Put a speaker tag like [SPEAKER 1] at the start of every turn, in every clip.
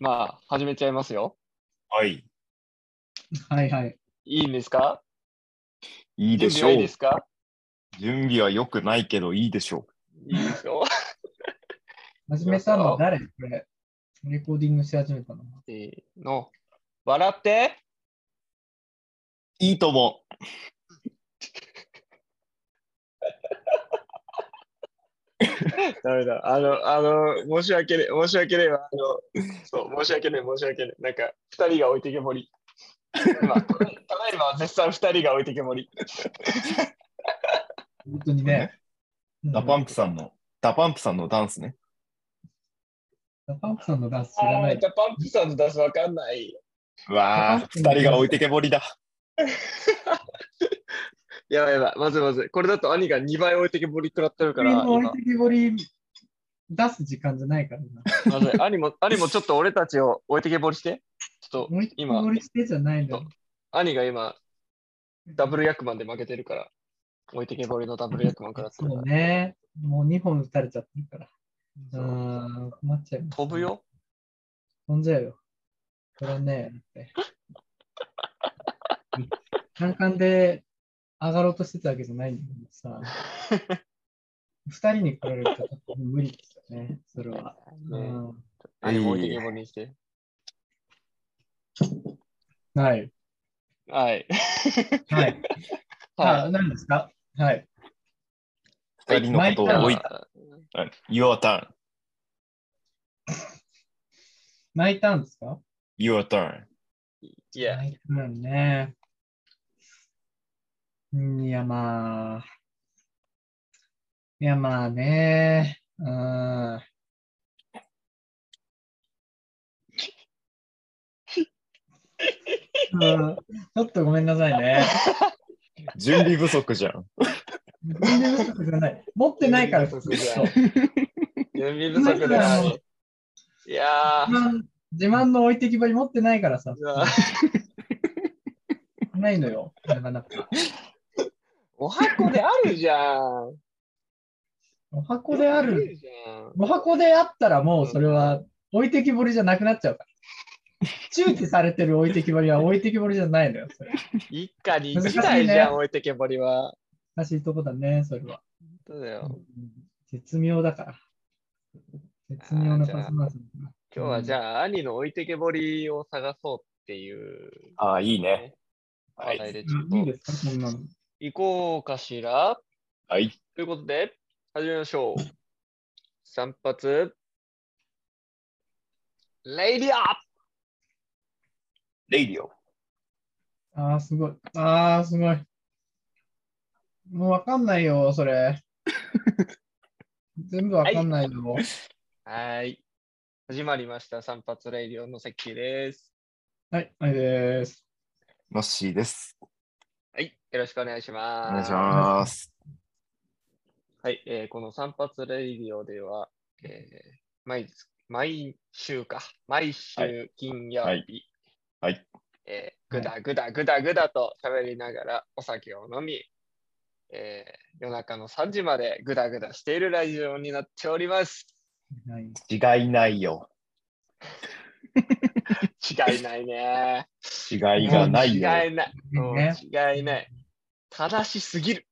[SPEAKER 1] まあ、始めちゃいますよ。
[SPEAKER 2] はい。
[SPEAKER 3] はいはい。
[SPEAKER 1] いいんですか
[SPEAKER 2] いいでし
[SPEAKER 1] 準備
[SPEAKER 2] ょ
[SPEAKER 1] はいいうで。すか
[SPEAKER 2] 準備は良くないけどいいでしょ
[SPEAKER 1] いいですよ。
[SPEAKER 3] 始めたのは誰これ。レコーディングし始めたの。
[SPEAKER 1] せーの。笑って
[SPEAKER 2] う。いいとも。
[SPEAKER 1] ダメだ。あの、あの、申し訳ねえ、申し訳ねえわ。あの、そう、申し訳ねえ、申し訳ねえ。なんか、二人が置いてけぼり。今、ただいまは絶賛二人が置いてけぼり。
[SPEAKER 3] 本当にね。
[SPEAKER 2] ダパンプさんの、ダパンプさんのダンスね。
[SPEAKER 3] ダパンプさんのダンス知らな
[SPEAKER 1] あー
[SPEAKER 3] い。
[SPEAKER 1] ダパンプさんの出すわかんない。
[SPEAKER 2] うわあ、二人が置いてけぼりだ。
[SPEAKER 1] やばいやばい、まずいまずい。これだと兄が2倍置いてけぼり食らってる
[SPEAKER 3] こ
[SPEAKER 1] か
[SPEAKER 3] れ
[SPEAKER 1] ら、
[SPEAKER 3] の置
[SPEAKER 1] 今
[SPEAKER 3] いてきぼり出す時間じゃないからな。
[SPEAKER 1] まずい。兄も、兄もちょっと俺たちを置いてけぼりして。ちょっと、
[SPEAKER 3] 置いてきぼりしてじゃないのよ。
[SPEAKER 1] 兄が今、ダブル役満で負けてるから、置いてけぼりのダブル役満食らってるか
[SPEAKER 3] そ
[SPEAKER 1] ら
[SPEAKER 3] う。ね。もう2本打たれちゃってるから。
[SPEAKER 1] そう
[SPEAKER 3] うーん、困っちゃいます、
[SPEAKER 1] 飛ぶ。よ。
[SPEAKER 3] 飛んじゃうよ。これはね、だって。カンカンで上がろうとしてたわけじゃないんだけどさ。二人に来られると無理ですよね、それは。
[SPEAKER 1] ね
[SPEAKER 3] う
[SPEAKER 1] 兄も置いてけぼりにして。
[SPEAKER 3] ん、はい。
[SPEAKER 1] はい。
[SPEAKER 3] はい。
[SPEAKER 1] は
[SPEAKER 3] あ、何ですかはい。
[SPEAKER 2] 二人のこと
[SPEAKER 1] い。
[SPEAKER 3] あ
[SPEAKER 2] を置いて、Your turn,
[SPEAKER 3] 泣いたんですか
[SPEAKER 2] your turn.
[SPEAKER 1] いや、
[SPEAKER 3] 泣いたんね。うんいや、まあ。いや、まあね。うん。 うん、ちょっとごめんなさいね。
[SPEAKER 2] 準備不足じゃん。
[SPEAKER 3] 全然不足じゃない。持ってないから
[SPEAKER 1] 準
[SPEAKER 3] 不
[SPEAKER 1] 備
[SPEAKER 3] 足
[SPEAKER 1] 不
[SPEAKER 3] じ
[SPEAKER 1] 足だ
[SPEAKER 3] ゃない。
[SPEAKER 1] 準備不足だな。兄いや
[SPEAKER 3] 自慢自慢の置いてきぼり持ってないからさ、
[SPEAKER 1] ー。
[SPEAKER 3] ないのよ、なかなか。
[SPEAKER 1] お箱であるじゃん。
[SPEAKER 3] お箱である。
[SPEAKER 1] じゃん。
[SPEAKER 3] お箱であったらもうそれは置いてきぼりじゃなくなっちゃうから。周知されてる置いてきぼりは置いてきぼりじゃないのよ。それ
[SPEAKER 1] 一家に
[SPEAKER 3] 難
[SPEAKER 1] 一
[SPEAKER 3] しいね
[SPEAKER 1] 台じゃん、置いてけぼりは。
[SPEAKER 3] 難しいとこだね、それは。
[SPEAKER 1] そうだよ。
[SPEAKER 3] 絶妙だから。絶妙なパスマス。
[SPEAKER 1] 今日はじゃあ、兄の置いてけぼりを探そうっていう
[SPEAKER 2] ああ、いいね。は
[SPEAKER 1] 話題
[SPEAKER 2] い。
[SPEAKER 1] でちょっ
[SPEAKER 3] いい
[SPEAKER 1] と
[SPEAKER 3] ですか、そんなの。
[SPEAKER 1] 行こうかしら。
[SPEAKER 2] はい。
[SPEAKER 1] ということで、始めましょう。散髪、レイディアッ
[SPEAKER 2] レイディオ。
[SPEAKER 3] ああ、すごい。ああ、すごい。もうわかんないよ、それ。 全部わかんないよ。
[SPEAKER 1] プはい。始まりました。散髪レイディオの席です。
[SPEAKER 3] はい、あれです。
[SPEAKER 2] のっしーです。
[SPEAKER 1] はい。よろしくお願いし
[SPEAKER 2] お
[SPEAKER 1] ます。
[SPEAKER 2] 願いします。
[SPEAKER 1] はい、えーこの散髪レイディオでは、えー毎月毎週か、毎週金曜日、
[SPEAKER 2] はいはい
[SPEAKER 1] えーぐだぐだぐだぐだと喋りながらお酒を飲み、えー夜中の3時までぐだぐだしているラジオになっております。
[SPEAKER 3] はい
[SPEAKER 2] 違いないよ。
[SPEAKER 1] 違いない ね。
[SPEAKER 2] 違いがないよ。
[SPEAKER 1] 違いない。もう
[SPEAKER 3] ね
[SPEAKER 1] 違いない。正しすぎる。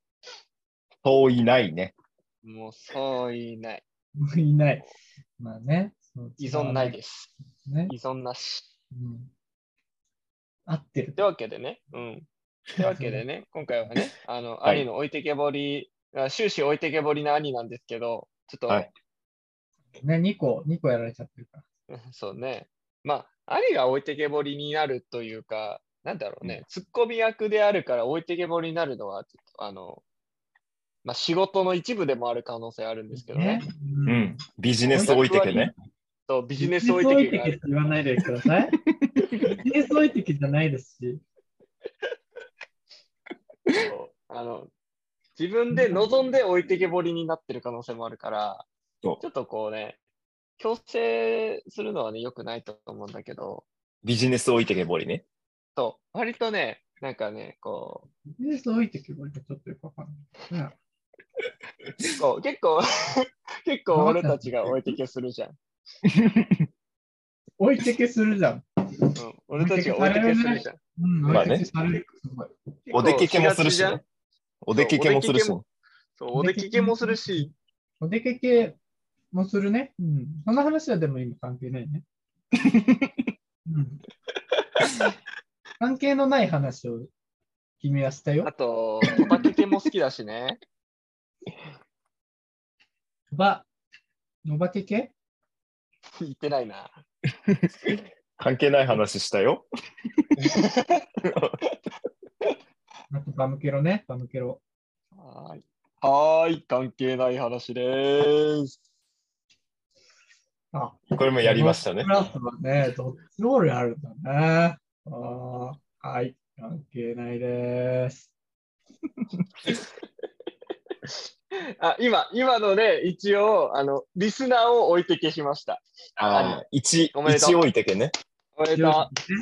[SPEAKER 2] 遠いないね。
[SPEAKER 1] もうそういない。
[SPEAKER 3] いない。まあね。そう
[SPEAKER 1] 依存ないです。
[SPEAKER 3] ね、
[SPEAKER 1] 依存なし。
[SPEAKER 3] うん。合ってる
[SPEAKER 1] という。わけでね、うん。というわけで ね、今回はね、あの、
[SPEAKER 2] はい
[SPEAKER 1] 兄の置いてけぼり、あ終始置いてけぼりな兄なんですけど、ちょっと、
[SPEAKER 2] はい
[SPEAKER 3] ね、2個、2個やられちゃってるから。
[SPEAKER 1] そうね、まあ、兄が置いてけぼりになるというか、なんだろうね、ツッコミ役であるから置いてけぼりになるのは、ちょっとあの、まあ、仕事の一部でもある可能性あるんですけどね、。
[SPEAKER 3] う。
[SPEAKER 2] うんん。ビジネス置いてけね。
[SPEAKER 1] とビ
[SPEAKER 3] ビ
[SPEAKER 1] ジネス置いてけがあ
[SPEAKER 3] って
[SPEAKER 1] る。
[SPEAKER 3] 言わないでく ださい。ビジネス置いてけじゃないですし。
[SPEAKER 1] そうあの自分で望んで置いてけぼりになってる可能性もあるから、ち
[SPEAKER 2] そ
[SPEAKER 1] ょ
[SPEAKER 2] う
[SPEAKER 1] っとこうね、強制するのはね、良くないと思うんだけど、
[SPEAKER 2] ビジネス置いてけぼりね。
[SPEAKER 1] そう割とね、なんかね、こ
[SPEAKER 3] ビジネス置いてけばいいかちょっとよくわかんない。
[SPEAKER 1] う、結構、 結構、結構俺たちが置いてけするじゃん。
[SPEAKER 3] 置いてけするじゃん。
[SPEAKER 1] うん俺たちが置いてけするじゃん。
[SPEAKER 3] うん、
[SPEAKER 2] まあ
[SPEAKER 3] 置い
[SPEAKER 2] ね
[SPEAKER 3] てけされる。すごい。
[SPEAKER 2] お出かけもす
[SPEAKER 1] 結構しが
[SPEAKER 2] るしね
[SPEAKER 1] ちじゃん。
[SPEAKER 2] お出けけもするし
[SPEAKER 1] そ。そう、お出かけもするし、
[SPEAKER 3] お出かけもするね。うん。その話はでも今関係ない ね。うん、関係のない話を君はしたよ
[SPEAKER 1] あ。と、おたけても好きだしね。
[SPEAKER 3] おば、おばけけ
[SPEAKER 1] 言ってないな。
[SPEAKER 2] 関係ない話したよ。
[SPEAKER 3] あとバムケロね、バムケロ。
[SPEAKER 1] はーい。はーい、関係ない話でーす。
[SPEAKER 3] あ、
[SPEAKER 2] これもやりましたね
[SPEAKER 3] ク。ラスはね、ドッジボールあるんだね。あーはい、関係ないです。
[SPEAKER 1] あ、今、今ので、一応、あの、リスナーを置いてけしました。
[SPEAKER 2] ああ、一、
[SPEAKER 1] おめでとう
[SPEAKER 2] 一置いてけね。
[SPEAKER 1] おめで
[SPEAKER 3] よ
[SPEAKER 1] とう。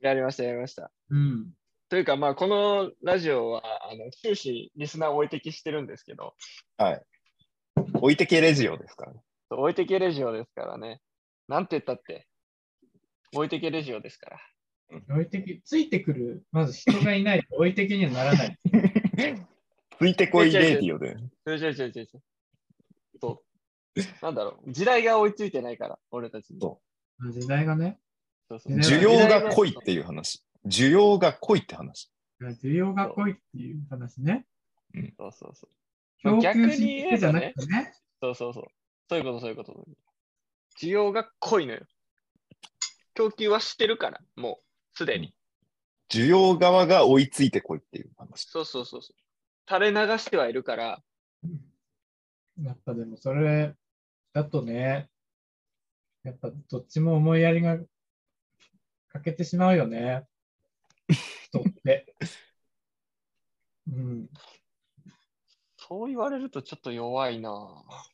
[SPEAKER 1] やりました、やりました。
[SPEAKER 3] うん。
[SPEAKER 1] というか、まあ、このラジオは、あの、終始、リスナーを置いてけしてるんですけど、
[SPEAKER 2] 置いてけレジオですからね。
[SPEAKER 1] そう置いてけレジオですからね。なんて言ったって、置いてけレジオですから。
[SPEAKER 3] 置いてけ、ついてくる、まず人がいないと置いてけにはなら ない。
[SPEAKER 2] ついてこいレディオで。
[SPEAKER 1] 違う違う違う違う。そう。なんだろう。時代が追いついてないから、俺たちに。
[SPEAKER 2] そう
[SPEAKER 3] 時代がね、
[SPEAKER 1] そうそう
[SPEAKER 3] ね
[SPEAKER 2] 需要が濃いっていう話。需要が濃いって話。
[SPEAKER 3] 需要が濃いっていう話ね。
[SPEAKER 1] そうそうそう。まあ
[SPEAKER 3] 供
[SPEAKER 1] 逆
[SPEAKER 3] 給
[SPEAKER 1] に
[SPEAKER 3] し
[SPEAKER 1] 言えばね
[SPEAKER 3] てじゃなくてね。
[SPEAKER 1] そうそうそう。そういうこと、そういうこと。需要が濃いのよ。供給はしてるから、もう、すでに。
[SPEAKER 2] 需要側が追いついてこいっていう話。
[SPEAKER 1] そうそうそうそう。垂れ流してはいるから、
[SPEAKER 3] やっぱでもそれだとね、やっぱどっちも思いやりが欠けてしまうよね。人って。うん。
[SPEAKER 1] そう言われるとちょっと弱いなぁ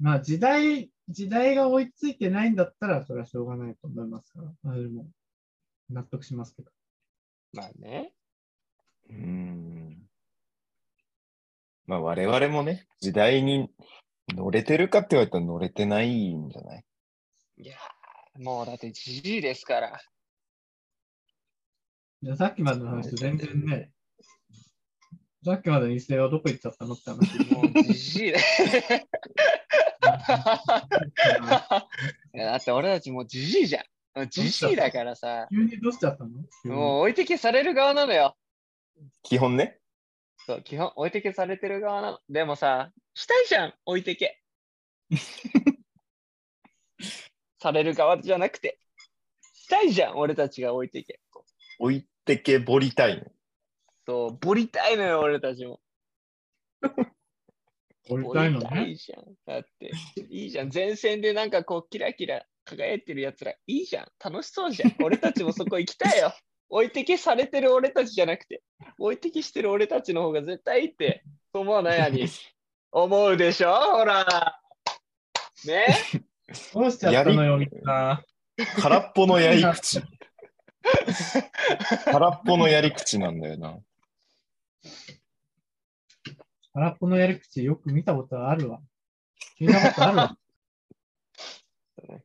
[SPEAKER 3] まあ時代、時代が追いついてないんだったらそれはしょうがないと思いますから。まあでも、納得しますけど。
[SPEAKER 1] まあね。
[SPEAKER 2] うーん。まあ我々もね、時代に乗れてるかって言われたら乗れてないんじゃない
[SPEAKER 1] いやーもうだってじじいですから。
[SPEAKER 3] いやさっきまでの話と全然ね、さっきまでの一斉はどこ行っちゃったのって話。
[SPEAKER 1] も うじじい だ。いやだって俺たちもうじじいじゃん。じじいだからさ、
[SPEAKER 3] 急にどうしちゃったの
[SPEAKER 1] もう置いてけされる側なのよ。
[SPEAKER 2] 基本ね。
[SPEAKER 1] そう、基本置いてけされてる側なの。でもさ、したいじゃん、置いてけ。される側じゃなくて、したいじゃん、俺たちが置いてけ。
[SPEAKER 2] 置いてけぼりたいの。
[SPEAKER 1] そう、ボリたいのよ、俺たちも。
[SPEAKER 3] 急に
[SPEAKER 1] ボ
[SPEAKER 3] 降りたいの
[SPEAKER 1] た
[SPEAKER 3] ね。
[SPEAKER 1] いじゃん。だって、いいじゃん。前線でなんかこう、キラキラ輝いてるやつら、いいじゃん。楽しそうじ ゃん。俺たちもそこ行きたいよ。置いてけされてる俺たちじゃなくて、置いてけしてる俺たちの方が絶対いいって、そう思わないやに。思うでしょほら。ね
[SPEAKER 3] どうしちゃったのよ、みんな。
[SPEAKER 2] 空っぽのやり口。空っぽのやり口なんだよな。
[SPEAKER 3] 空っぽのやり口よく見たことあるわ。聞いたことあるわ。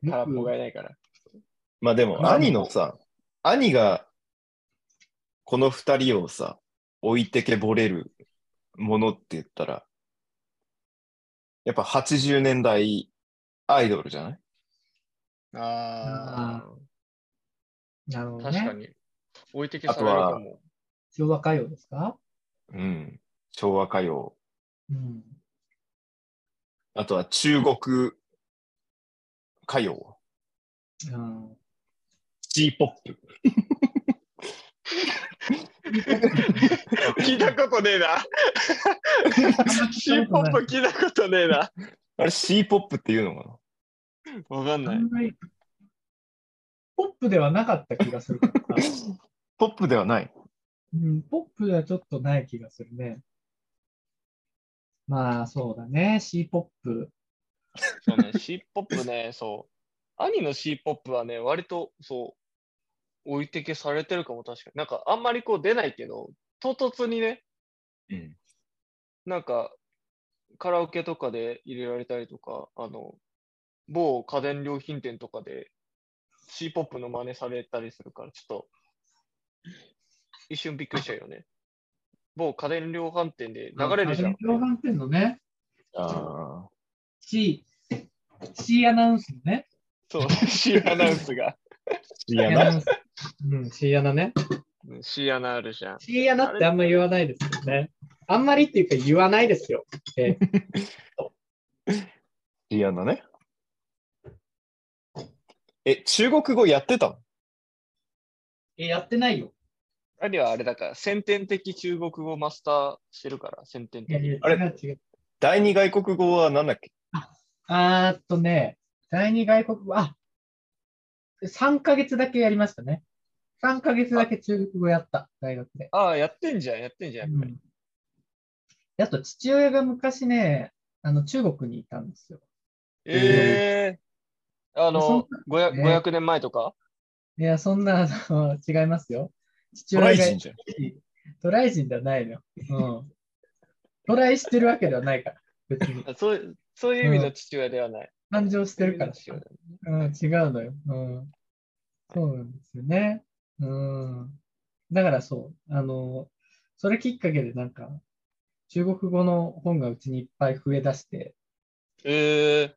[SPEAKER 1] 空っぽがいないから。
[SPEAKER 2] まあでも、
[SPEAKER 3] まあ
[SPEAKER 2] 兄のさ、兄がこの二人をさ、置いてけぼれるものって言ったら、やっぱ80年代アイドルじゃない
[SPEAKER 1] あ
[SPEAKER 3] なるほど
[SPEAKER 1] 確か
[SPEAKER 3] ね。
[SPEAKER 1] に。置いてけされるかも。
[SPEAKER 3] 昭和歌謡ですか
[SPEAKER 2] うん。昭和歌謡。
[SPEAKER 3] うん。
[SPEAKER 2] あとは中国歌謡。
[SPEAKER 3] うん、
[SPEAKER 2] シーポップ。
[SPEAKER 1] 聞いたことねえ な。シーポップ聞いたことねえな。
[SPEAKER 2] あれ、シーポップっていうのかな
[SPEAKER 1] わかん
[SPEAKER 3] あ
[SPEAKER 1] ない。
[SPEAKER 3] んまりポップではなかった気がするからさ、
[SPEAKER 2] ポップではない。
[SPEAKER 3] うん。ポップではちょっとない気がするね。まあそうだね。シーポップ。
[SPEAKER 1] そうね、 シーポップね、そう。兄のシーポップはね、割と、そう、置いてけされてるかも、確かに。なんか、あんまりこう出ないけど、唐突にね、
[SPEAKER 2] うん。
[SPEAKER 1] なんか、カラオケとかで入れられたりとか、あの、某家電良品店とかで C ポップの真似されたりするから、ちょっと、一瞬びっくりしたよね。某家電量販店で流れるじゃん。
[SPEAKER 3] 量販店のね、
[SPEAKER 2] ああ。
[SPEAKER 3] C、C アナウンスのね。
[SPEAKER 1] そう、C アナウンスが。
[SPEAKER 2] い
[SPEAKER 3] C
[SPEAKER 2] や
[SPEAKER 3] アナ
[SPEAKER 2] な。
[SPEAKER 3] ウンス。うん、C アナね。
[SPEAKER 1] うん C アナあるじゃん。
[SPEAKER 3] C アナってあんま言わないですよね。あんまりっていうか言わないですよ。えー
[SPEAKER 2] いやなね。え、中国語やってたの
[SPEAKER 3] えやってないよ。
[SPEAKER 1] あるいはあれだから、先天的中国語マスターしてるから、先天
[SPEAKER 3] いやいや
[SPEAKER 1] 的。
[SPEAKER 2] あれ
[SPEAKER 3] 違う違う。
[SPEAKER 2] 第二外国語は何だっけ
[SPEAKER 3] あーっとね、第二外国語、あ3ヶ月だけやりましたね。3ヶ月だけ中国語やった、大学で。
[SPEAKER 1] ああ、やってんじゃん、やってんじゃん、やっぱり。
[SPEAKER 3] あと、父親が昔ね、あの中国にいたんですよ。
[SPEAKER 1] ええあ
[SPEAKER 3] そん
[SPEAKER 1] の、500, 500年前とか
[SPEAKER 3] いや、そんな、 あの違いますよ。父
[SPEAKER 2] トラ
[SPEAKER 3] 親
[SPEAKER 2] イ
[SPEAKER 3] が
[SPEAKER 2] 人じゃん。
[SPEAKER 3] トライ人ではないのよ。うん。トライしてるわけではないから、別に。
[SPEAKER 1] あそういうそういう意味の父親ではない。
[SPEAKER 3] 感情してるから。
[SPEAKER 1] そういう意味の父親
[SPEAKER 3] うん、違うのよ。うん。そうなんですよね。うん。だからそう、あの、それきっかけでなんか、中国語の本がうちにいっぱい増え出して、
[SPEAKER 1] ええ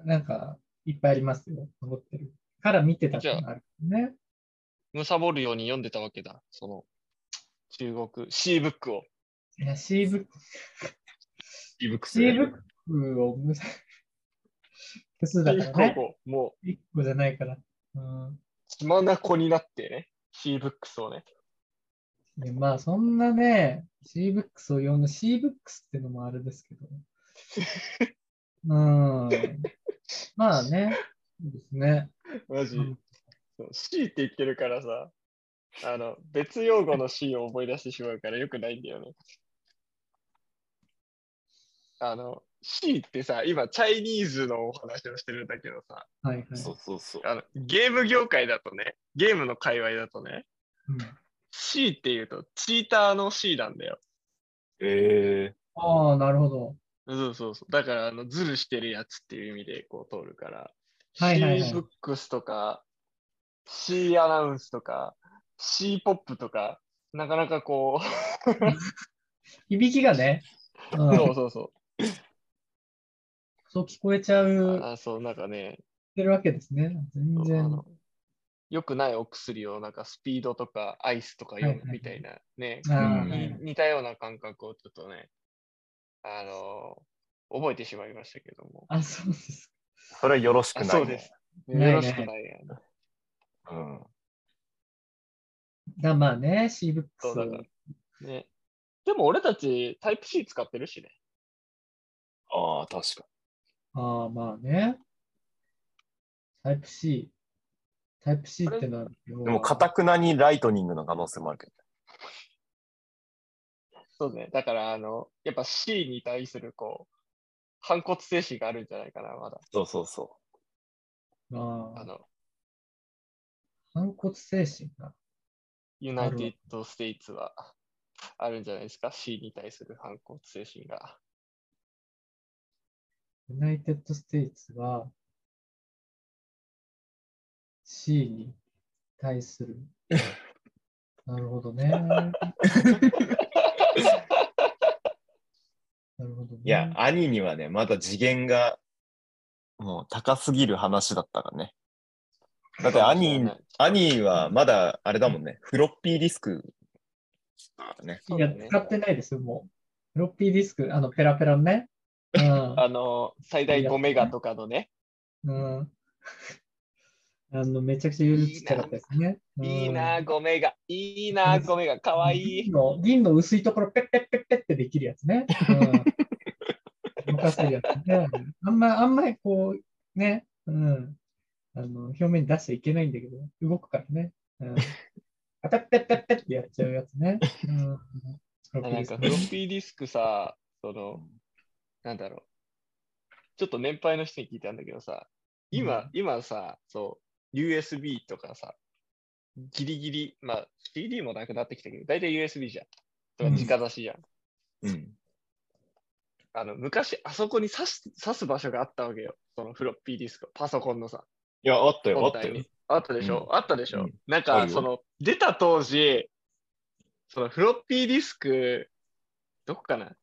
[SPEAKER 3] うんなんか、いっぱいありますよ、残ってる。から見てたっていうのがあるからね。
[SPEAKER 1] 貪るように読んでたわけだ。その、中国、C ブックを。
[SPEAKER 3] いや、C ブック、
[SPEAKER 2] イブック
[SPEAKER 3] C ブックをむ 複数だか
[SPEAKER 1] 1
[SPEAKER 3] らね。
[SPEAKER 1] 個、も
[SPEAKER 3] 1個じゃないから。うん。
[SPEAKER 1] う、まなこになってね。C ブックスをね。
[SPEAKER 3] いやまあ、そんなね、C ブックスを読む C ブックスってのもあれです けど。うーん。まあね、そうですね。
[SPEAKER 1] マジ
[SPEAKER 3] う。ん
[SPEAKER 1] そう C って言ってるからさ、あの、別用語の C を思い出してしまうからよくないんだよね。あの、C ってさ、今、チャイニーズのお話をしてるんだけどさ、
[SPEAKER 3] はいはい。
[SPEAKER 2] そうそうそう。
[SPEAKER 1] あのゲーム業界だとね、ゲームの界隈だとね、
[SPEAKER 3] うん
[SPEAKER 1] C って言うと、チーターの C なんだよ。
[SPEAKER 2] ええ
[SPEAKER 3] ああ、なるほど。
[SPEAKER 1] そうそうそう。だから、あの、ズルしてるやつっていう意味で、こう、通るから。
[SPEAKER 3] はいはいはい
[SPEAKER 1] C ブックスとか、C アナウンスとか、C ポップとか、なかなかこう、
[SPEAKER 3] 響きがね、うん、そ
[SPEAKER 1] そううそうそ
[SPEAKER 3] 聞こえちゃ
[SPEAKER 1] う。
[SPEAKER 3] う
[SPEAKER 1] あそう、なんかね、
[SPEAKER 3] てるわけですね。全
[SPEAKER 1] そうあ
[SPEAKER 3] 然
[SPEAKER 1] の。良くないお薬をなんかスピードとかアイスとか
[SPEAKER 3] はいはい
[SPEAKER 1] 読むみたいなね、
[SPEAKER 3] あー
[SPEAKER 2] うん
[SPEAKER 3] はい
[SPEAKER 1] 似たような感覚をちょっとね、あの覚えてしまいましたけども。
[SPEAKER 3] あ、そうです。
[SPEAKER 2] それはよろしくない、
[SPEAKER 1] あそうです。。
[SPEAKER 3] ないね
[SPEAKER 1] よろしくないやん。
[SPEAKER 2] うん。
[SPEAKER 3] だまあね、C ブック
[SPEAKER 1] そ
[SPEAKER 3] ス
[SPEAKER 1] うだか
[SPEAKER 3] を
[SPEAKER 1] ら。ね。でも俺たちタイプ C 使ってるしね。
[SPEAKER 2] ああ、確か
[SPEAKER 3] ああ、まあね。タイプ C。タイプ C ってのは、
[SPEAKER 2] に。でも、かたくなにライトニングの可能性もあるけど。
[SPEAKER 1] そうね。だから、あの、やっぱ C に対する、こう、反骨精神があるんじゃないかな、まだ。
[SPEAKER 2] そうそうそ
[SPEAKER 3] ま
[SPEAKER 1] あ
[SPEAKER 3] あ、
[SPEAKER 1] の、
[SPEAKER 3] 反骨精神が。
[SPEAKER 1] ユナイテッド・ステイツはあるんじゃないですか、C に対する反骨精神が。
[SPEAKER 3] ユナイテッド・ステイツは C に対 する。なるほどね。なるほど、ね。
[SPEAKER 2] う。いや、兄にはね、まだ次元が、もう高すぎる話だったからね。だって兄、兄はまだ、あれだもんね、フロッピーディスク。ね。
[SPEAKER 1] そう
[SPEAKER 3] いや
[SPEAKER 1] だね
[SPEAKER 3] 使ってないですよ、もう。フロッピーディスク、あの、ペラペラ のね。うん。
[SPEAKER 1] あの、最大5メガとかのね、
[SPEAKER 3] うん、あの、めちゃくちゃ融通ちっちゃかったですね。
[SPEAKER 1] いい
[SPEAKER 3] うん
[SPEAKER 1] な、5メガ、いいな、5メガ、かわいい
[SPEAKER 3] 銀。の銀の薄いところペッペッペッペッってできるやつね。うん。動かせるやつね。あんま、あんまりこう、ね、うん。あの、表面に出しちゃいけないんだけど、動くからね。うん。あペッペッペッペッってやっちゃうやつね。うん。
[SPEAKER 1] なんか、フロッピーディスクさ、その、なんだろう。ちょっと年配の人に聞いたんだけどさ、今、
[SPEAKER 3] うん
[SPEAKER 1] 今さ、そう、USB とかさ、ギリギリ、まあ、CD もなくなってきたけど、大体 USB じゃん。とか、
[SPEAKER 3] うん
[SPEAKER 1] 直差しじゃん。
[SPEAKER 2] うん。
[SPEAKER 1] あの、昔、あそこに刺す、刺す場所があったわけよ。そのフロッピーディスク、パソコンのさ、
[SPEAKER 2] いや、あったよ、あ
[SPEAKER 1] 本
[SPEAKER 2] った
[SPEAKER 1] 体
[SPEAKER 2] よ
[SPEAKER 1] に。。あったでしょ、あったでしょ、
[SPEAKER 2] うん
[SPEAKER 1] なん
[SPEAKER 2] あ
[SPEAKER 1] か、
[SPEAKER 2] るよ
[SPEAKER 1] その、出た当時、そのフロッピーディスク、どこかな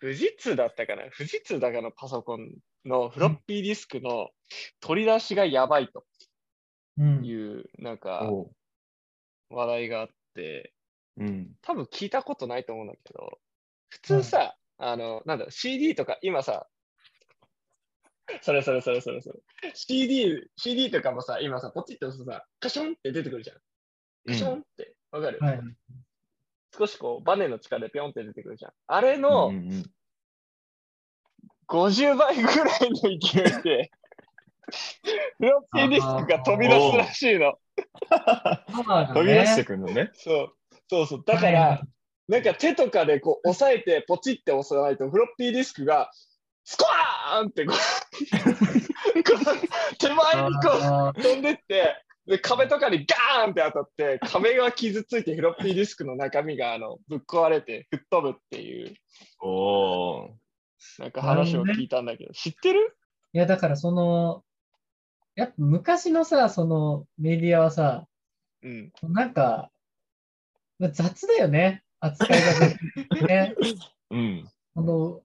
[SPEAKER 1] 富士通だったかな富士通だかのパソコンのフロッピーディスクの取り出しがやばいと
[SPEAKER 3] うん
[SPEAKER 1] い。う、なんか、
[SPEAKER 2] おう
[SPEAKER 1] 話題があって、
[SPEAKER 2] うん。
[SPEAKER 1] 多分聞いたことないと思うんだけど、普通さ、あの、なんだろう、CD とか、今さ、それそれそれそれそれ。CD、CD とかもさ、今さ、ポチッと押すとさ、カションって出てくるじゃん。カションって、わかる、
[SPEAKER 3] はい。
[SPEAKER 1] 少しこう、バネの力でピョンって出てくるじゃん。あれ
[SPEAKER 2] う
[SPEAKER 1] の
[SPEAKER 2] んうん
[SPEAKER 1] 50倍ぐらいの勢いで、フロッピーディスクが飛び出すらしいの。
[SPEAKER 2] 飛び出してくるのね。
[SPEAKER 1] そう、そうそう。だから、
[SPEAKER 3] はい
[SPEAKER 1] なんか手とかでこう押さえてポチって押さないとフロッピーディスクがスコアーンってこう こう手前にこ
[SPEAKER 3] あ
[SPEAKER 1] う飛んでってで壁とかにガーンって当たって壁が傷ついてフロッピーディスクの中身があのぶっ壊れて吹っ飛ぶっていう
[SPEAKER 2] おー
[SPEAKER 1] なんか話を聞いたんだけど知ってる
[SPEAKER 3] いや、だからその、やっぱ昔のさ、そのメディアはさ、
[SPEAKER 1] うん、
[SPEAKER 3] なんか、まあ雑だよね、扱いが。ね、
[SPEAKER 2] うん。
[SPEAKER 3] あの、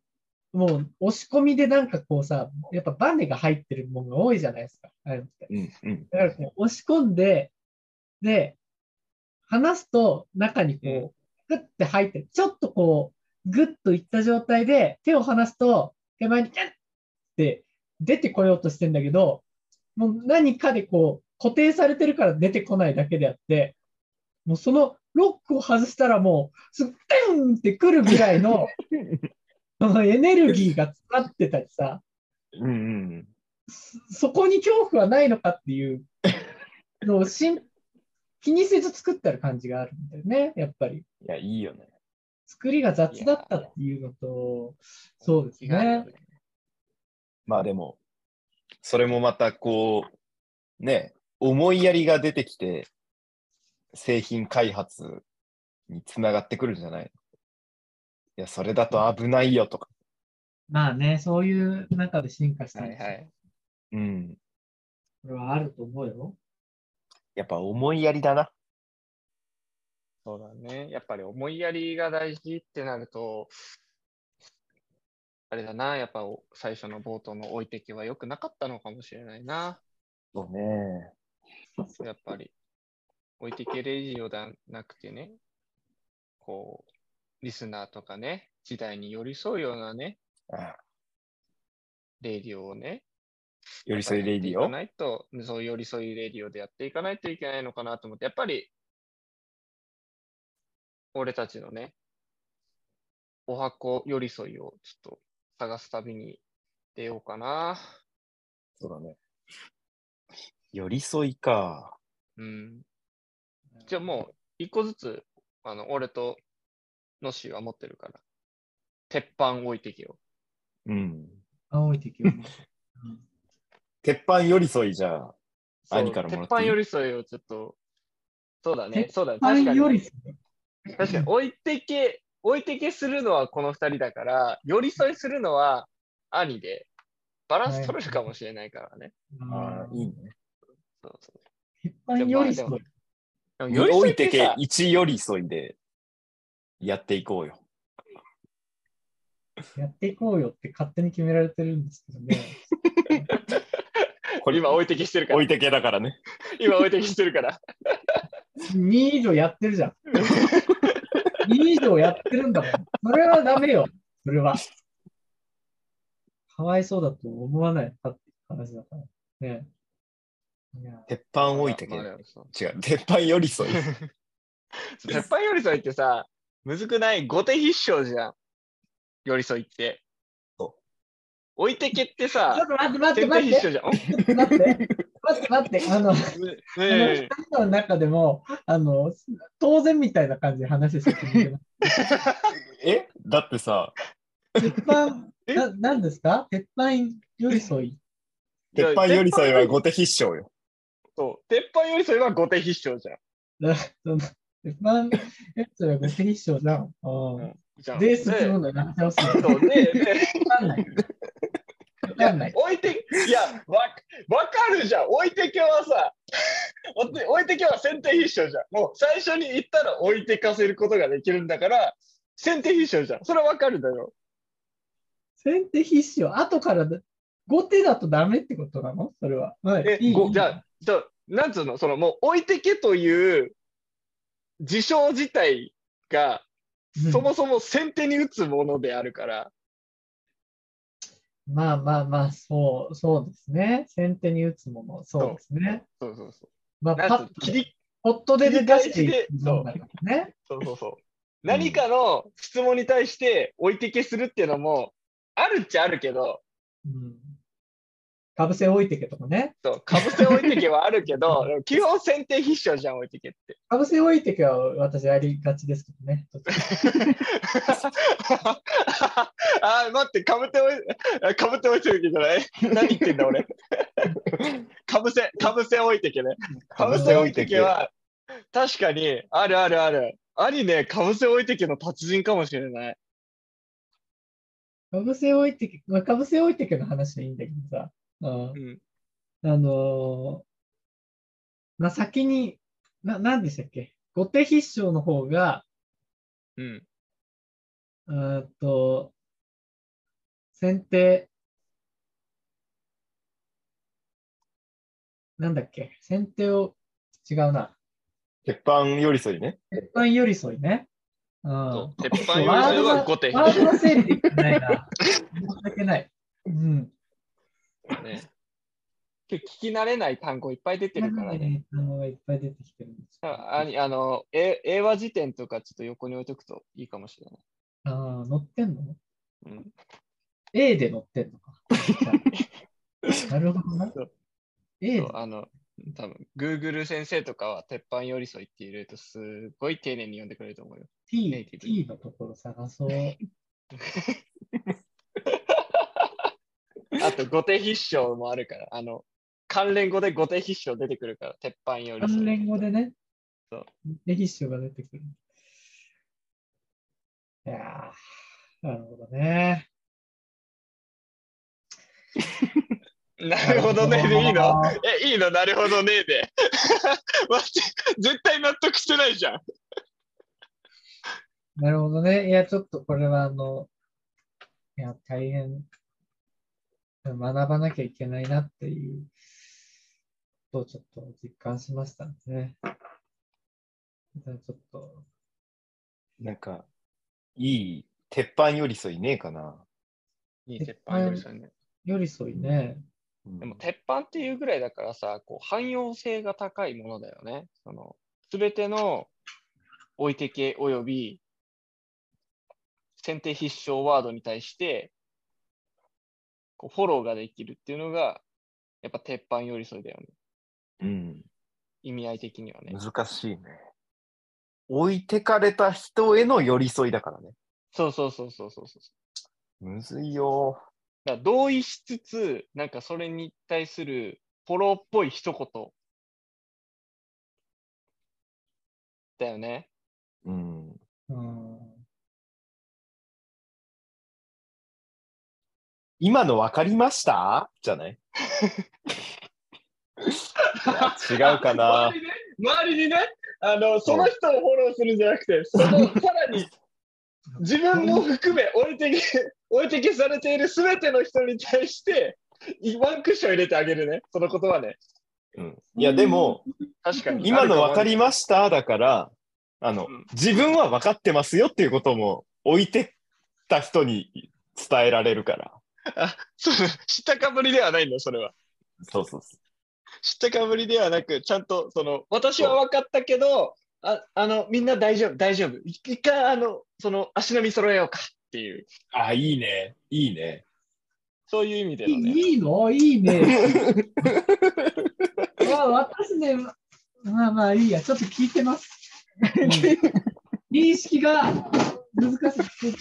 [SPEAKER 3] もう押し込みでなんかこうさ、やっぱバネが入ってるものが多いじゃないですか。あれって
[SPEAKER 2] うん。うん。
[SPEAKER 3] だからこう押し込んで、で、離すと中にこう、グッて入って、ちょっとこう、グッといった状態で手を離すと、手前にキャッって出てこようとしてんだけど、もう何かでこう、固定されてるから出てこないだけであって、もうそのロックを外したらもう、すぐ、テンってくるぐらい の、そのエネルギーが詰まってたりさ、
[SPEAKER 2] うんうん。
[SPEAKER 3] そこに恐怖はないのかっていうのをしん気にせず作ってある感じがあるんだよね、やっぱり。
[SPEAKER 2] いや、いいよね。
[SPEAKER 3] 作りが雑だったっていうのと、そうですね。
[SPEAKER 2] まあでも、それもまたこう、ね、思いやりが出てきて、製品開発につながってくるんじゃないいや、それだと危ないよとか。
[SPEAKER 3] まあね、そういう中で進化した
[SPEAKER 1] は
[SPEAKER 3] ん
[SPEAKER 1] い
[SPEAKER 3] です
[SPEAKER 1] はい
[SPEAKER 2] うん。
[SPEAKER 3] これはあると思うよ。
[SPEAKER 2] やっぱ思いやりだな。
[SPEAKER 1] そうだねやっぱり思いやりが大事ってなるとあれだなやっぱお最初の冒頭の置いてきは良くなかったのかもしれないな
[SPEAKER 2] そうね。
[SPEAKER 1] やっぱり、置いてけレジオではなくてね、こう、リスナーとかね、時代に寄り添うようなね、
[SPEAKER 2] あ
[SPEAKER 1] レディオをね、
[SPEAKER 2] 寄り添いレディ
[SPEAKER 1] やっ
[SPEAKER 2] オ
[SPEAKER 1] ぱ。りやっていかないと、そう寄り添いレディオでやっていかないといけないのかなと思って、やっぱり、俺たちのね、お箱寄り添いをちょっと探す旅に出ようかな。
[SPEAKER 2] そうだね。寄り添いか。
[SPEAKER 1] うん。じゃあもう、一個ずつ、あの、俺と、のしは持ってるから、鉄板置いてけよ。
[SPEAKER 2] うん。
[SPEAKER 3] う。青い敵をね。
[SPEAKER 2] 鉄板寄り添いじゃあ。兄からもらっていい
[SPEAKER 1] 鉄板寄り添いをちょっと、そうだね、
[SPEAKER 3] 鉄
[SPEAKER 1] そうだね。
[SPEAKER 3] はい
[SPEAKER 1] 確か
[SPEAKER 3] より
[SPEAKER 1] に、
[SPEAKER 3] す
[SPEAKER 1] 確かに、置いてけ、置いてけするのはこの二人だから、寄り添いするのは兄で、バランス取れるかもしれないからね。
[SPEAKER 2] ああ、いいね。
[SPEAKER 1] そうそう
[SPEAKER 3] 鉄板よりす
[SPEAKER 1] じゃあまあでもでも寄り
[SPEAKER 2] 置
[SPEAKER 1] 添い
[SPEAKER 2] い
[SPEAKER 1] って
[SPEAKER 2] て
[SPEAKER 1] け
[SPEAKER 2] け、一寄り添いでやっていこうよ。
[SPEAKER 3] やっていこうよって勝手に決められてるんですけどね。
[SPEAKER 2] これ
[SPEAKER 1] 今置いてけしてるか
[SPEAKER 2] 置
[SPEAKER 1] ら
[SPEAKER 2] い、てけだからね。
[SPEAKER 1] 今置いてけしてるから。
[SPEAKER 3] 2以上やってるじゃん。2以上やってるんだもん。それはダメよ。それは。かわいそうだと思わないかって話だから。ね。いや、
[SPEAKER 2] 鉄板置いてけ。
[SPEAKER 1] まあ
[SPEAKER 2] 違
[SPEAKER 1] まあ
[SPEAKER 2] う、
[SPEAKER 1] でもそう
[SPEAKER 2] 鉄板寄り添い。
[SPEAKER 1] 鉄板寄り添いってさ、むずくない後手必勝じゃん。寄り添いって
[SPEAKER 2] そ。
[SPEAKER 1] 置いてけって
[SPEAKER 3] ちょ
[SPEAKER 1] さ
[SPEAKER 3] っ、と待って待って
[SPEAKER 1] 先手必勝じ
[SPEAKER 3] 待って
[SPEAKER 1] ゃん。
[SPEAKER 3] 待って待って待ってあの、あ
[SPEAKER 1] ん
[SPEAKER 3] の
[SPEAKER 1] ね
[SPEAKER 3] 2
[SPEAKER 1] ね
[SPEAKER 3] 人の中でも、あの、当然みたいな感じで話してる。
[SPEAKER 2] えだってさ、
[SPEAKER 3] 鉄板、
[SPEAKER 1] え
[SPEAKER 3] ななんですか鉄板寄り添い。
[SPEAKER 1] え
[SPEAKER 2] 鉄板寄り添いは
[SPEAKER 1] 鉄板
[SPEAKER 2] 後手必勝よ。
[SPEAKER 1] そう鉄板寄り添いは後手必勝じゃん。
[SPEAKER 3] なその鉄板寄り添いはご手必勝じゃん。あー
[SPEAKER 1] じゃん
[SPEAKER 3] で、進むのやめてほしい。
[SPEAKER 1] そうで、で
[SPEAKER 3] わかんない。かんない。
[SPEAKER 1] 置いて、いや、わ、わかるじゃん。置いてけはさ、置いて置いてけは先手必勝じゃん。もう最初に言ったら置いてかせることができるんだから、先手必勝じゃん。それはわかるだろ。
[SPEAKER 3] 先手必勝、後からだ後手だとダメってことなのそれは。はい
[SPEAKER 1] え、
[SPEAKER 3] いい
[SPEAKER 1] ごじゃあ、じゃあなんつうの、そのもう置いてけという事象自体が、
[SPEAKER 3] うん
[SPEAKER 1] そもそも先手に打つものであるから、
[SPEAKER 3] まあまあまあ、そう、そうですね。先手に打つもの、そうですね。
[SPEAKER 1] そうそうそ
[SPEAKER 3] まあ、
[SPEAKER 1] う。な
[SPEAKER 3] パ
[SPEAKER 1] ん
[SPEAKER 3] ッ
[SPEAKER 1] つう
[SPEAKER 3] と
[SPEAKER 1] 切
[SPEAKER 3] で
[SPEAKER 1] り、
[SPEAKER 3] ポットで出して
[SPEAKER 1] 切
[SPEAKER 3] い
[SPEAKER 1] り返しで
[SPEAKER 3] く
[SPEAKER 1] そう
[SPEAKER 3] ものだからね。
[SPEAKER 1] そうそうそう。何かの質問に対して置いてけするっていうのも、あるっちゃあるけど、
[SPEAKER 3] うん。かぶせ置いてけとかね。
[SPEAKER 1] そう、かぶせ置いてけはあるけ ど、でも基本先手必勝じゃん、置いて けって。
[SPEAKER 3] かぶせ置いてけは私ありがちですけどね。
[SPEAKER 1] あー、待って、かぶっておい、 かぶっておいてるけじゃない何言ってんだ、俺。 かぶせ、かぶせ置いてけね。かぶせ置いてけは、確かに、あるあるある。アニメ、かぶせ置いてけの達人かもしれない。
[SPEAKER 3] かぶせ置いてけ、まあ、かぶせ置いてけの話はいいんだけどさ。うん
[SPEAKER 1] うん。
[SPEAKER 3] あのーまあ、先に、な、なんでしたっけ後手必勝の方が、
[SPEAKER 1] うん。
[SPEAKER 3] うーんと、先手、なんだっけ先手を、違うな。
[SPEAKER 2] 鉄板寄り添いね。
[SPEAKER 3] 鉄板寄り添いね。うん。
[SPEAKER 1] そう鉄板
[SPEAKER 3] そう
[SPEAKER 1] より
[SPEAKER 3] ワード
[SPEAKER 1] は
[SPEAKER 3] が
[SPEAKER 1] 後手必
[SPEAKER 3] ワード
[SPEAKER 1] 勝
[SPEAKER 3] の整理できてないな。 申し訳ない。うん。
[SPEAKER 1] だね。聞き慣れない単語いっぱい出てるからね。
[SPEAKER 3] あのいっぱい出てきてるんですよ。
[SPEAKER 1] ああにあの、え英和辞典とかちょっと横に置いとくといいかもしれない。
[SPEAKER 3] あー乗ってんの
[SPEAKER 1] うん
[SPEAKER 3] ?A で乗ってん のか。なるほどな
[SPEAKER 1] そう。
[SPEAKER 3] A
[SPEAKER 1] そうあの多分 Google 先生とかは鉄板寄り添いって入れるとすごい丁寧に読んでくれると思うよ。ネイ
[SPEAKER 3] T
[SPEAKER 1] ティブ
[SPEAKER 3] T のところ探そう。
[SPEAKER 1] あと、後手必勝もあるから、あの関連語で後手必勝出てくるから、鉄板寄り添い。
[SPEAKER 3] 関連語でね
[SPEAKER 1] そう、
[SPEAKER 3] レヒッシュが出てくる。いやー、なるほどね。
[SPEAKER 1] なるほどねでいいの
[SPEAKER 3] あー
[SPEAKER 1] え、いいのなるほどねで。 待って、絶対納得してないじゃん。
[SPEAKER 3] なるほどね。いや、ちょっとこれはあの、いや、大変、学ばなきゃいけないなっていうことをちょっと実感しましたね。じゃあちょっと、
[SPEAKER 2] なんか、いい鉄板寄り添いねえかな。
[SPEAKER 1] いい
[SPEAKER 3] 鉄
[SPEAKER 1] 鉄
[SPEAKER 3] 板
[SPEAKER 1] 板寄
[SPEAKER 3] 寄り
[SPEAKER 1] り
[SPEAKER 3] 添
[SPEAKER 1] 添いね。
[SPEAKER 3] 寄り添いね。
[SPEAKER 2] うん
[SPEAKER 1] でも、鉄板っていうぐらいだからさ、こう汎用性が高いものだよね。その全ての置いてけおよび先手必勝ワードに対してこうフォローができるっていうのがやっぱ鉄板寄り添いだよね。
[SPEAKER 2] うん、
[SPEAKER 1] 意味合い的にはね。
[SPEAKER 2] 難しいね。置いてかれた人への寄り添いだからね。
[SPEAKER 1] そうそうそうそうそうそう。
[SPEAKER 2] むずいよ。
[SPEAKER 1] だから同意しつつ、なんかそれに対するフォローっぽい一言だよね。
[SPEAKER 2] うん。
[SPEAKER 3] うん。
[SPEAKER 2] 今の分かりましたじゃないいや違うかな
[SPEAKER 1] 周。りね、周りにね、あの、その人をフォローするんじゃなくて、その、さらに、自分も含め、置いてけ、 置いてけされているすべての人に対して、いワンクッション入れてあげるね、その言葉ね。
[SPEAKER 2] うん、いや、でも、
[SPEAKER 1] 確かに。
[SPEAKER 2] 今の分かりましただから、あの
[SPEAKER 1] うん、
[SPEAKER 2] 自分は分かってますよっていうことも置いてった人に伝えられるから。
[SPEAKER 1] そう知ったかぶりではないんだ、それは。
[SPEAKER 2] そうそうそ
[SPEAKER 1] 知ったかぶりではなく、ちゃんと、その、私は分かったけど、ああの、みんな大丈夫、大丈夫。一一回、あの、その、足並み揃えようかっていう、
[SPEAKER 2] う。あ、いいね。いいね。
[SPEAKER 1] そういう意味で
[SPEAKER 3] い
[SPEAKER 1] のね。
[SPEAKER 3] いいいのいいね。いや、私ね、ままあまあいいや、ちょっと聞いてます。認識が難しい。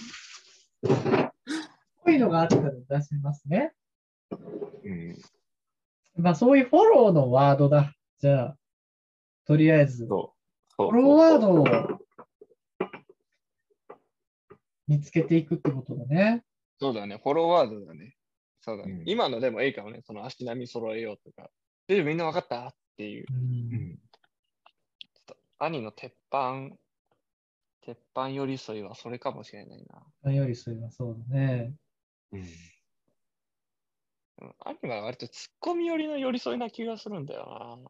[SPEAKER 3] こういうのがあったら出しますね。
[SPEAKER 2] うん、
[SPEAKER 3] まあそういうフォローのワードだ。じゃあ、とりあえず、フ
[SPEAKER 2] そう。そう
[SPEAKER 3] ォローワードを見つけていくってことだね。
[SPEAKER 1] そうだね、フォローワードだね。そうだね。
[SPEAKER 2] うん
[SPEAKER 1] 今のでもいいかもね。その足並み揃えようとか。で、みんな分かったっていう。
[SPEAKER 3] うん。
[SPEAKER 1] 兄の鉄板、鉄板寄り添いはそれかもしれないな。
[SPEAKER 3] 何よりそれはそうだね。
[SPEAKER 2] うん
[SPEAKER 1] うん兄は割とツッコミ寄りの寄り添いな気がするんだよ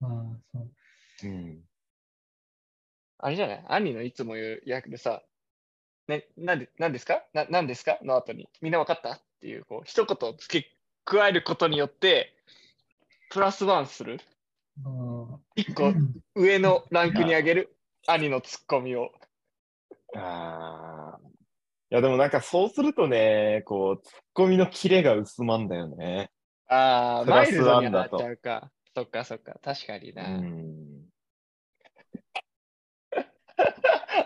[SPEAKER 1] な。
[SPEAKER 3] まあ、そう。
[SPEAKER 2] うん
[SPEAKER 1] あれじゃない兄のいつも言う役でさ、ね、なんで、なんですかな、なんですかの後に、みんな分かったっていう、こう、一言付け加えることによって、プラスワンする。
[SPEAKER 3] うん
[SPEAKER 1] 一個上のランクに上げる。兄のツッコミを。
[SPEAKER 2] ああ。いや、でもなんかそうするとね、こう、ツッコミのキレが薄まんだよね。
[SPEAKER 1] ああ、
[SPEAKER 2] プ
[SPEAKER 1] マ
[SPEAKER 2] ラ
[SPEAKER 1] イ
[SPEAKER 2] ス
[SPEAKER 1] ルド
[SPEAKER 2] ワ
[SPEAKER 1] に
[SPEAKER 2] ン
[SPEAKER 1] な
[SPEAKER 2] だ
[SPEAKER 1] っ
[SPEAKER 2] と
[SPEAKER 1] ちゃうか。そっかそっか。確かに
[SPEAKER 2] う
[SPEAKER 1] な。
[SPEAKER 2] ん。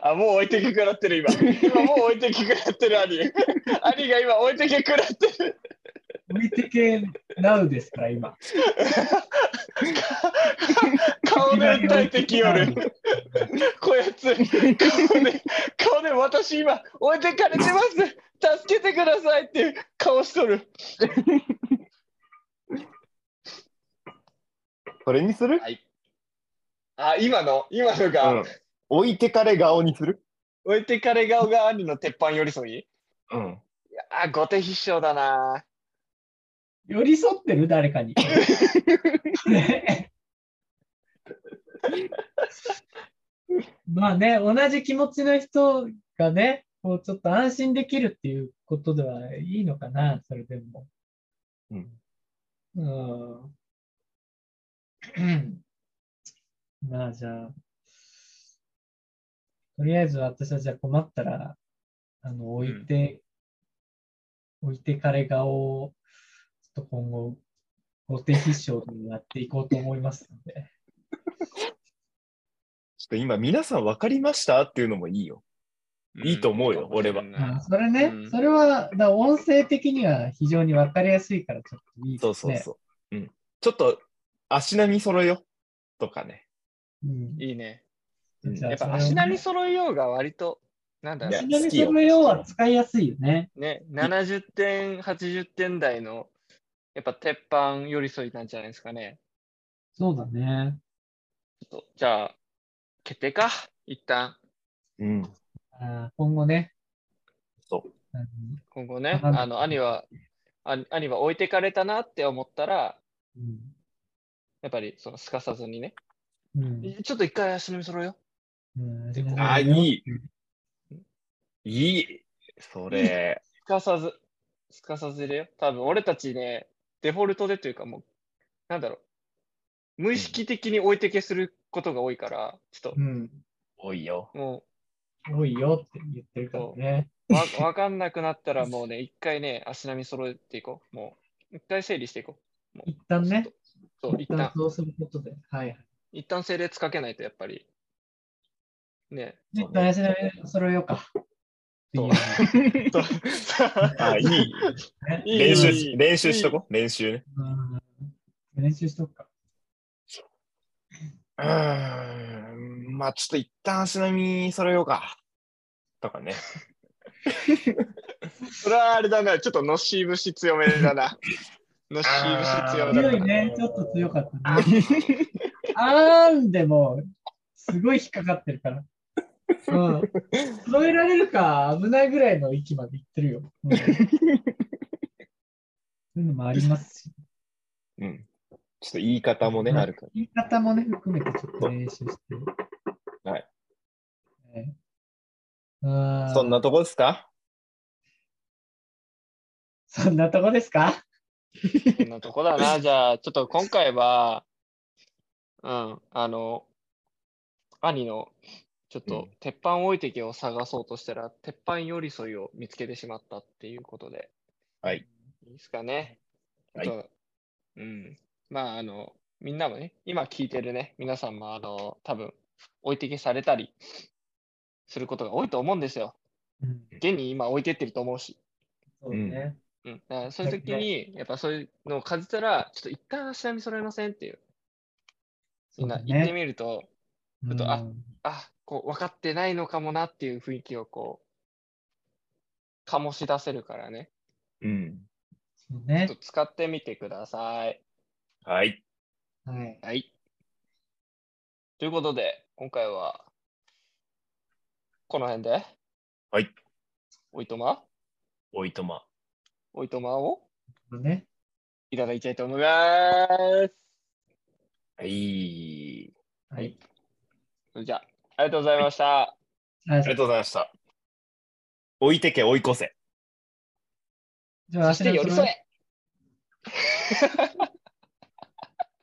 [SPEAKER 1] あ、もう置いてけくらってる今。今もう置いてけくらってる兄。兄が今置いてけくらってる。
[SPEAKER 3] 置いてけなうですから、今。
[SPEAKER 1] 顔で訴えてきよる。こやつ、顔で、顔で私今置いてかれてます。助けてくださいっていう顔しとる。
[SPEAKER 2] それにする、
[SPEAKER 1] はい。あ、今の、今のが、
[SPEAKER 2] うん。置いてかれ顔にする
[SPEAKER 1] 置いてかれ顔が兄の鉄板寄り添い
[SPEAKER 2] うん。
[SPEAKER 1] あ、後手必勝だな。
[SPEAKER 3] 寄り添ってる誰 かに。ねまあね、同じ気持ちの人がね、こうちょっと安心できるっていうことではいいのかな、それでも。
[SPEAKER 2] うん。
[SPEAKER 3] うん。まあじゃあ、とりあえず私はじゃあ困ったら、あの、置いて、置いて彼顔を、ちょっと今後、後手必勝にやっていこうと思いますので。
[SPEAKER 2] ちょっと今、皆さん分かりましたっていうのもいいよ。いいと思うよ俺は
[SPEAKER 3] あそれね、
[SPEAKER 1] うん
[SPEAKER 3] それは、だから音声的には非常に分かりやすいから、ちょっといいです
[SPEAKER 2] そ
[SPEAKER 3] ね。
[SPEAKER 2] うそうそう。うん。ちょっと、足並み揃えよ。とかね。
[SPEAKER 3] うん
[SPEAKER 1] いいね。
[SPEAKER 2] うん
[SPEAKER 3] じゃあ
[SPEAKER 1] やっぱ
[SPEAKER 3] それを
[SPEAKER 1] 足並み揃えようが割と、なんだろう
[SPEAKER 3] 足並み揃えようは使いやすいよね。
[SPEAKER 1] ね、70点、80点台の、やっぱ鉄板寄り添いなんじゃないですかね。
[SPEAKER 3] そうだね。
[SPEAKER 1] ちょっとじゃあ、決定か、一旦。
[SPEAKER 2] うん。
[SPEAKER 3] あー今後ね。
[SPEAKER 2] そう
[SPEAKER 3] あの。
[SPEAKER 1] 今後ね、
[SPEAKER 3] うん
[SPEAKER 1] あの、兄は、あ兄は置いてかれたなって思ったら、
[SPEAKER 3] う
[SPEAKER 1] やっぱり、その、すかさずにね、
[SPEAKER 3] ん。うん
[SPEAKER 1] ちょっと一回足並み揃えよ
[SPEAKER 3] うん。
[SPEAKER 1] でこう
[SPEAKER 2] あ、い
[SPEAKER 3] い。
[SPEAKER 2] い。いい。それ。
[SPEAKER 1] う。すかさず、すかさず入れよう。多分、俺たちね、デフォルトでというか、もう、なんだろう、無意識的に置いてけすることが多いから、ちょっ
[SPEAKER 3] うん。
[SPEAKER 2] 多いよ。
[SPEAKER 1] と、もう、
[SPEAKER 3] 多いよって言ってるからね。
[SPEAKER 1] わ わかんなくなったらもうね、一回ね、足並み揃えていこう。もう、一回整理していこ
[SPEAKER 3] 一旦
[SPEAKER 1] う。
[SPEAKER 3] ね。。
[SPEAKER 1] そう、一旦、
[SPEAKER 3] そうすることで。はい。
[SPEAKER 1] 一旦整列かけないと、やっぱり。 ね。
[SPEAKER 3] 一旦足並み揃えようか。
[SPEAKER 1] そう
[SPEAKER 3] っていうね
[SPEAKER 2] あ、いい。
[SPEAKER 1] いい
[SPEAKER 2] 練習
[SPEAKER 1] い
[SPEAKER 2] し
[SPEAKER 1] い、
[SPEAKER 2] 練習しとこう。練習ね。
[SPEAKER 3] うん練習しとくか。
[SPEAKER 2] うーん。まあ、ちょっと一旦足並み揃えようか。とかね。
[SPEAKER 1] それはあれだな、ちょっとのし節強めだ な。のし節強めだな
[SPEAKER 3] 強。
[SPEAKER 1] い
[SPEAKER 3] ね。ちょっと強かったね。あーんでも、すごい引っかかってるから。うん。揃えられるか危ないぐらいの域まで行ってるよ。うんそういうのもありますし。
[SPEAKER 2] うん。ちょっと言い方もね、
[SPEAKER 3] うん
[SPEAKER 2] あるか
[SPEAKER 3] 言い方もね、含めてちょっと練習して。
[SPEAKER 2] はい。
[SPEAKER 3] ね、あ
[SPEAKER 2] ら。
[SPEAKER 3] ー
[SPEAKER 2] そんなとこですか
[SPEAKER 3] そんなとこですか
[SPEAKER 1] こんなとこだ な。じゃあ、ちょっと今回は、うん、あの、兄の、ちょっ
[SPEAKER 2] う
[SPEAKER 1] と
[SPEAKER 2] ん、
[SPEAKER 1] 鉄板置いてけを探そうとしたら、鉄板寄り添いを見つけてしまったっていうことで。
[SPEAKER 2] はい。
[SPEAKER 1] いいですかね。
[SPEAKER 2] はい
[SPEAKER 1] あとうん。まあ、あの、みんなもね、今聞いてるね、皆さんも、あの、多分、置いてけされたりすることが多いと思うんですよ。
[SPEAKER 3] うん。
[SPEAKER 1] 現に今置いてってると思うし。
[SPEAKER 3] そうね。
[SPEAKER 1] うん、だからそういう時に、やっぱそういうのを感じたら、ちょっと一旦足並み揃えませんっていう。みんな
[SPEAKER 3] そうだね
[SPEAKER 1] 行ってみると、
[SPEAKER 3] ち
[SPEAKER 1] ちょっとああ、こう、分かってないのかもなっていう雰囲気をこう、醸し出せるからね。
[SPEAKER 2] うん。
[SPEAKER 3] の
[SPEAKER 1] ちょ
[SPEAKER 3] ね
[SPEAKER 1] っ。と使ってみてください。
[SPEAKER 2] はい。
[SPEAKER 3] はい。
[SPEAKER 1] はい。ということで、今回は、この辺で。
[SPEAKER 2] はい。
[SPEAKER 1] おいとま、
[SPEAKER 2] おいとま。
[SPEAKER 1] おいとまを
[SPEAKER 3] ね。
[SPEAKER 1] いただきたいと思います。
[SPEAKER 2] はい。
[SPEAKER 3] はい。
[SPEAKER 1] それじゃあ、ありがとうございました。
[SPEAKER 3] あ
[SPEAKER 2] ありがとうございました。置いてけ、追い越せ。
[SPEAKER 3] じゃあ、明
[SPEAKER 1] そし
[SPEAKER 3] 日
[SPEAKER 1] て
[SPEAKER 3] の
[SPEAKER 1] 寄り添え